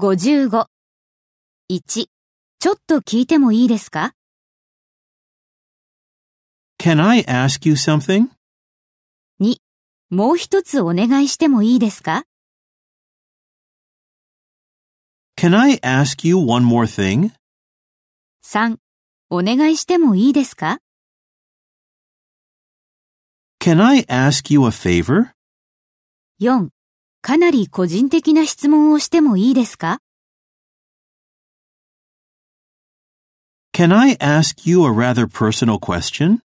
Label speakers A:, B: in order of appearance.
A: 55.1. ちょっと聞いてもいいですか
B: Can I ask you something?
A: もう一つお願いしてもいいですか
B: Can I ask you one more thing?
A: 3. お願いしてもいいですか
B: Can I ask you a favor?
A: 4. かなり個人的な質問をしてもいいですか
B: Can I ask you a rather personal question?